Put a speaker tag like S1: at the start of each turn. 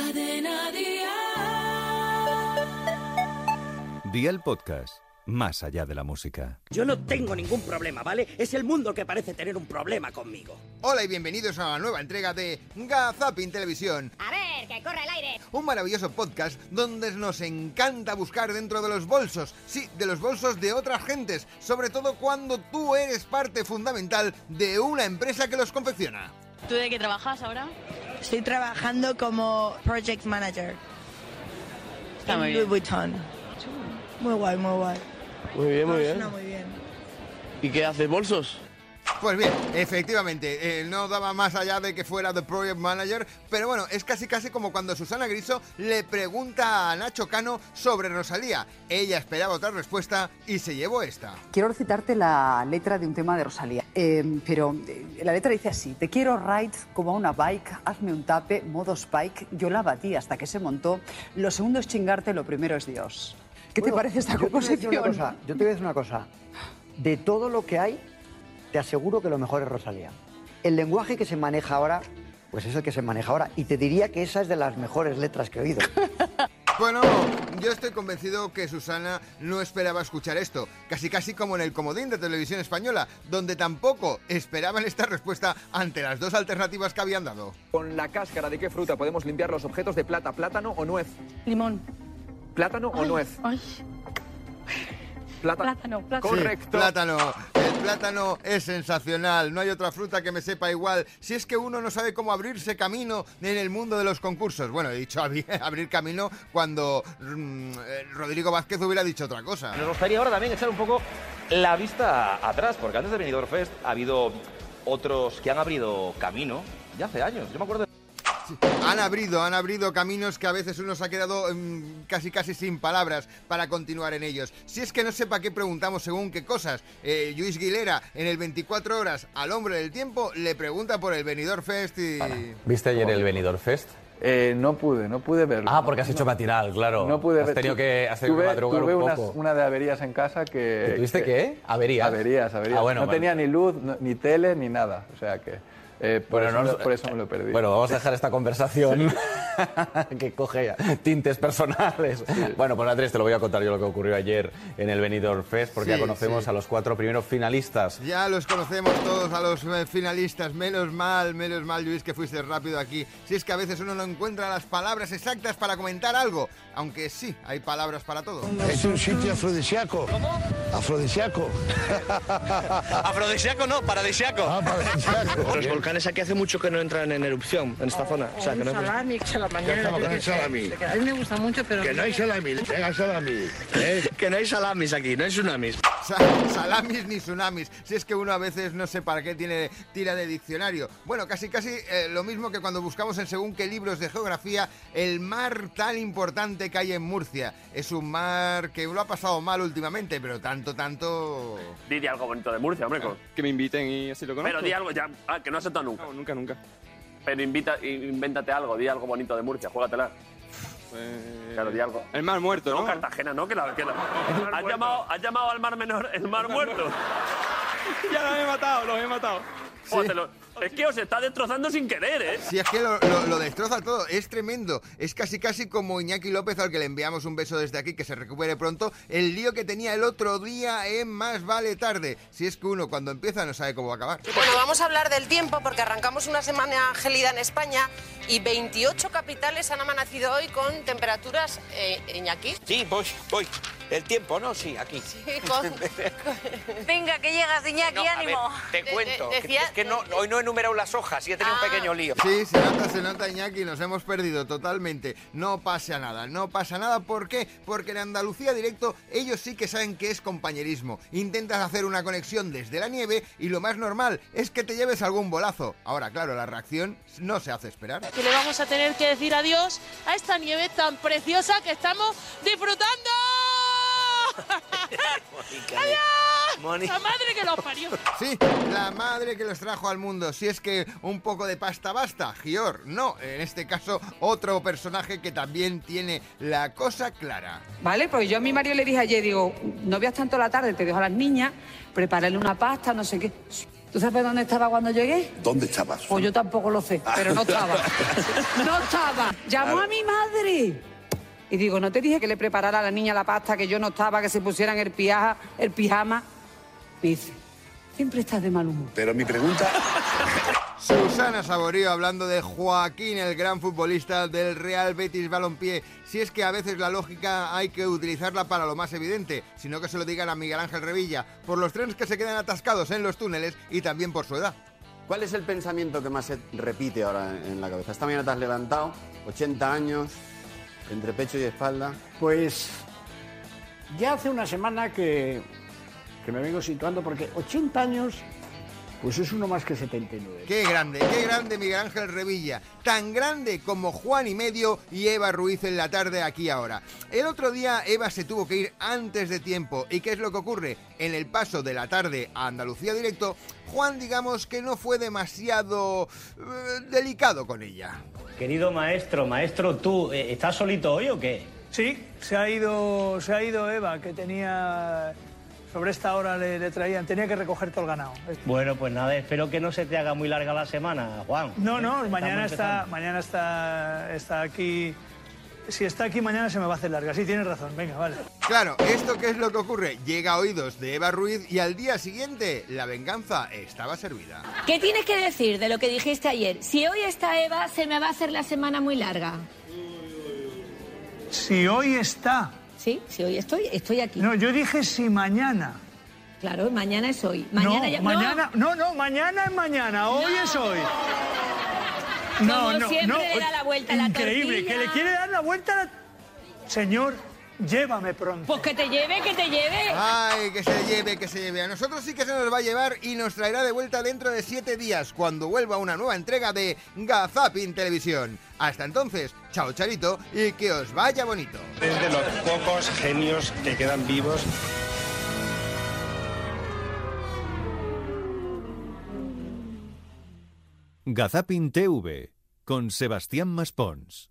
S1: cadena
S2: Día el podcast, más allá de la música.
S3: Yo no tengo ningún problema, ¿vale? Es el mundo el que parece tener un problema conmigo.
S4: Hola y bienvenidos a la nueva entrega de Gazapin Televisión,
S5: A ver, que corre el aire.
S4: un maravilloso podcast donde nos encanta buscar dentro de los bolsos, sí, de los bolsos de otras gentes, sobre todo cuando tú eres parte fundamental de una empresa que los confecciona.
S6: ¿Tú de qué trabajas ahora?
S7: Estoy trabajando como project manager
S6: Está
S7: en
S6: muy
S7: Louis
S6: bien.
S7: Vuitton. Muy guay, muy guay.
S8: Muy bien, muy bien.
S7: Funciona muy bien.
S8: ¿Y qué haces, bolsos?
S4: Pues bien, efectivamente, eh, no daba más allá de que fuera The Project Manager, pero bueno, es casi casi como cuando Susana Griso le pregunta a Nacho Cano sobre Rosalía. Ella esperaba otra respuesta y se llevó esta.
S9: Quiero recitarte la letra de un tema de Rosalía, Eh, pero eh, la letra dice así: Te quiero ride como a una bike, hazme un tape, modo spike. Yo la batí hasta que se montó. Lo segundo es chingarte, lo primero es Dios. ¿Qué te parece esta
S10: Yo te voy a decir
S9: composición?
S10: una cosa, yo te voy a decir una cosa. De todo lo que hay, te aseguro que lo mejor es Rosalía. El lenguaje que se maneja ahora, pues es el que se maneja ahora. Y te diría que esa es de las mejores letras que he oído.
S4: Bueno, yo estoy convencido que Susana no esperaba escuchar esto, casi casi como en el comodín de televisión española, donde tampoco esperaban esta respuesta ante las dos alternativas que habían dado.
S11: Con la cáscara de qué fruta podemos limpiar los objetos de plata, plátano o nuez.
S6: Limón.
S11: Plátano o
S6: Ay,
S11: nuez.
S6: ay.
S11: Plata-
S6: Plátano, plátano.
S4: Sí,
S11: Correcto.
S4: plátano. El plátano es sensacional. No hay otra fruta que me sepa igual. Si es que uno no sabe cómo abrirse camino en el mundo de los concursos. Bueno, he dicho abri- abrir camino cuando mm, eh, Rodrigo Vázquez hubiera dicho otra cosa.
S12: Nos gustaría ahora también echar un poco la vista atrás, porque antes de Benidorm Fest ha habido otros que han abrido camino ya hace años. Yo me acuerdo de
S4: Han abrido, han abrido caminos que a veces uno se ha quedado mm, casi casi sin palabras para continuar en ellos. Si es que no sepa qué preguntamos según qué cosas, eh, Luis Guilera en el 24 horas al hombre del tiempo le pregunta por el Benidorm Fest y...
S13: ¿Viste ayer el Benidorm Fest?
S8: Eh, no pude, no pude verlo.
S13: Ah, porque has hecho matinal, claro.
S8: No pude
S13: Has
S8: ver-
S13: tenido que, has tenido
S8: tuve,
S13: que madrugar
S8: tuve
S13: un
S8: unas-
S13: poco.
S8: una de averías en casa que...
S13: ¿Tuviste
S8: que-
S13: qué? ¿Averías?
S8: Averías, averías.
S13: Ah, bueno,
S8: no
S13: vale.
S8: tenía ni luz, no- ni tele, ni nada. O sea que... eh, por,
S13: Bueno,
S8: eso,
S13: no-
S8: me- por eso me lo perdí.
S13: Bueno, vamos a dejar esta conversación que coge tintes personales. Bueno, pues Andrés, te lo voy a contar yo lo que ocurrió ayer en el Benidorm Fest, porque
S4: Sí,
S13: ya conocemos
S4: sí.
S13: a los cuatro primeros finalistas.
S4: Ya los conocemos todos a los eh, finalistas. Menos mal, menos mal, Luis, que fuiste rápido aquí. Si es que a veces uno no encuentra las palabras exactas para comentar algo. Aunque sí, hay palabras para todo.
S14: Es un sitio afrodisíaco. ¿Cómo? Afrodisíaco.
S15: Afrodisíaco no, paradisiaco.
S14: Los
S15: volcanes aquí hace mucho que no entran en erupción en esta zona. O sea, que no
S14: a la mañana. Estamos con el salami.
S7: A mí me gusta mucho, pero...
S14: Que no hay salami, venga salami. ¿eh?
S15: que no hay salamis aquí, no hay tsunamis.
S4: Sa- Salamis ni tsunamis. Si es que uno a veces no sé para qué tiene tira de diccionario. Bueno, casi casi eh, lo mismo que cuando buscamos en según qué libros de geografía el mar tan importante que hay en Murcia. Es un mar que lo ha pasado mal últimamente, pero tanto, tanto...
S16: Didi algo bonito de Murcia, hombre. co-
S17: Que me inviten y así lo conozco.
S16: Pero di algo ya. Ah, que no has aceptado nunca.
S17: No, nunca, nunca.
S16: Pero invita, invéntate algo, di algo bonito de Murcia, juégatela.
S17: Eh,
S16: Claro, di algo.
S17: El mar muerto, ¿no?
S16: No, Cartagena, no, que la. Que la- has, llamado, has llamado al mar menor el mar muerto.
S17: ya los he matado, los he matado.
S16: Jódatelo. Es que os está destrozando sin querer, ¿eh?
S4: Si es que lo, lo- lo destroza todo, es tremendo. Es casi casi como Iñaki López, al que le enviamos un beso desde aquí, que se recupere pronto. El lío que tenía el otro día en Más Vale Tarde. Si es que uno cuando empieza no sabe cómo va a acabar.
S18: Bueno, vamos a hablar del tiempo porque arrancamos una semana gélida en España y 28 capitales han amanecido hoy con temperaturas, eh, Iñaki,
S15: Sí, voy, voy. El tiempo, ¿no? Sí, aquí.
S18: con-
S6: Venga, que llegas, Iñaki,
S15: No, a ver, te
S18: De-
S15: cuento.
S18: de-
S15: que-
S18: decía-
S15: es que no, hoy no he enumerado las hojas y he tenido un pequeño lío.
S4: Sí, se nota, se nota, Iñaki, nos hemos perdido totalmente. No pasa nada, no pasa nada. ¿Por qué? Porque en Andalucía Directo ellos sí que saben que es compañerismo. Intentas hacer una conexión desde la nieve y lo más normal es que te lleves algún bolazo. Ahora, claro, la reacción no se hace esperar.
S6: Que le vamos a tener que decir adiós a esta nieve tan preciosa que estamos disfrutando. ¡Adiós!
S15: Moni.
S6: ¡La madre que los parió!
S4: Sí, la madre que los trajo al mundo. Si es que un poco de pasta basta, Gior. No, en este caso otro personaje que también tiene la cosa clara.
S19: ¿Vale? Pues yo a mi marido le dije ayer, digo, no veas tanto la tarde, te dejo a las niñas, prepararle una pasta, no sé qué.
S1: ¿Tú sabes dónde estaba cuando llegué?
S14: ¿Dónde estabas?
S1: Pues yo tampoco lo sé, pero no estaba. No estaba. Llamó a mi madre. Y digo, ¿no te dije que le preparara a la niña la pasta, que yo no estaba, que se pusieran el, piaja, el pijama? Me dice, siempre estás de mal humor.
S14: Pero mi pregunta...
S4: Susana Saborío hablando de Joaquín, el gran futbolista del Real Betis Balompié. Si es que a veces la lógica hay que utilizarla para lo más evidente, sino que se lo digan a Miguel Ángel Revilla, por los trenes que se quedan atascados en los túneles y también por su edad.
S5: ¿Cuál es el pensamiento que más se repite ahora en la cabeza? Esta mañana te has levantado, 80 años, entre pecho y espalda.
S19: Pues ya hace una semana que, que me vengo situando porque 80 años pues es uno más que 79.
S4: Qué grande, qué grande Miguel Ángel Revilla. Tan grande como Juan y medio y Eva Ruiz en la tarde aquí ahora. El otro día Eva se tuvo que ir antes de tiempo. ¿Y qué es lo que ocurre? En el paso de la tarde a Andalucía Directo, Juan digamos que no fue demasiado eh, delicado con ella.
S20: Querido maestro, maestro, ¿tú eh, estás solito hoy o qué?
S21: Sí, se ha ido, se ha ido Eva, que tenía sobre esta hora le, le traían, tenía que recoger todo el ganado.
S20: Bueno, pues nada, espero que no se te haga muy larga la semana, Juan. ¿Eh?
S21: No, no,
S20: Estamos
S21: mañana está,
S20: empezando.
S21: mañana está, está aquí. Si está aquí mañana se me va a hacer larga. Sí, tienes razón. Venga, vale.
S4: Claro, ¿esto qué es lo que ocurre? Llega a oídos de Eva Ruiz y al día siguiente la venganza estaba servida.
S22: ¿Qué tienes que decir de lo que dijiste ayer? Si hoy está Eva, se me va a hacer la semana muy larga.
S21: Si hoy está.
S22: Sí, si hoy estoy, estoy aquí.
S21: No, yo dije si mañana.
S22: Claro, mañana es hoy. Mañana
S21: no,
S22: ya.
S21: mañana, no. no, mañana es mañana, hoy es hoy.
S22: Como siempre le da la vuelta a la
S21: Increíble, que le
S22: tortilla.
S21: quiere dar la vuelta a la... Señor, llévame pronto.
S22: Pues que te lleve, que te lleve.
S4: Ay, que se lleve, que se lleve. A nosotros sí que se nos va a llevar y nos traerá de vuelta dentro de siete días, cuando vuelva una nueva entrega de Gazapin Televisión. Hasta entonces, chao Charito y que os vaya bonito.
S23: Es de los pocos genios que quedan vivos.
S2: Gazapin TV con Sebastián Maspons.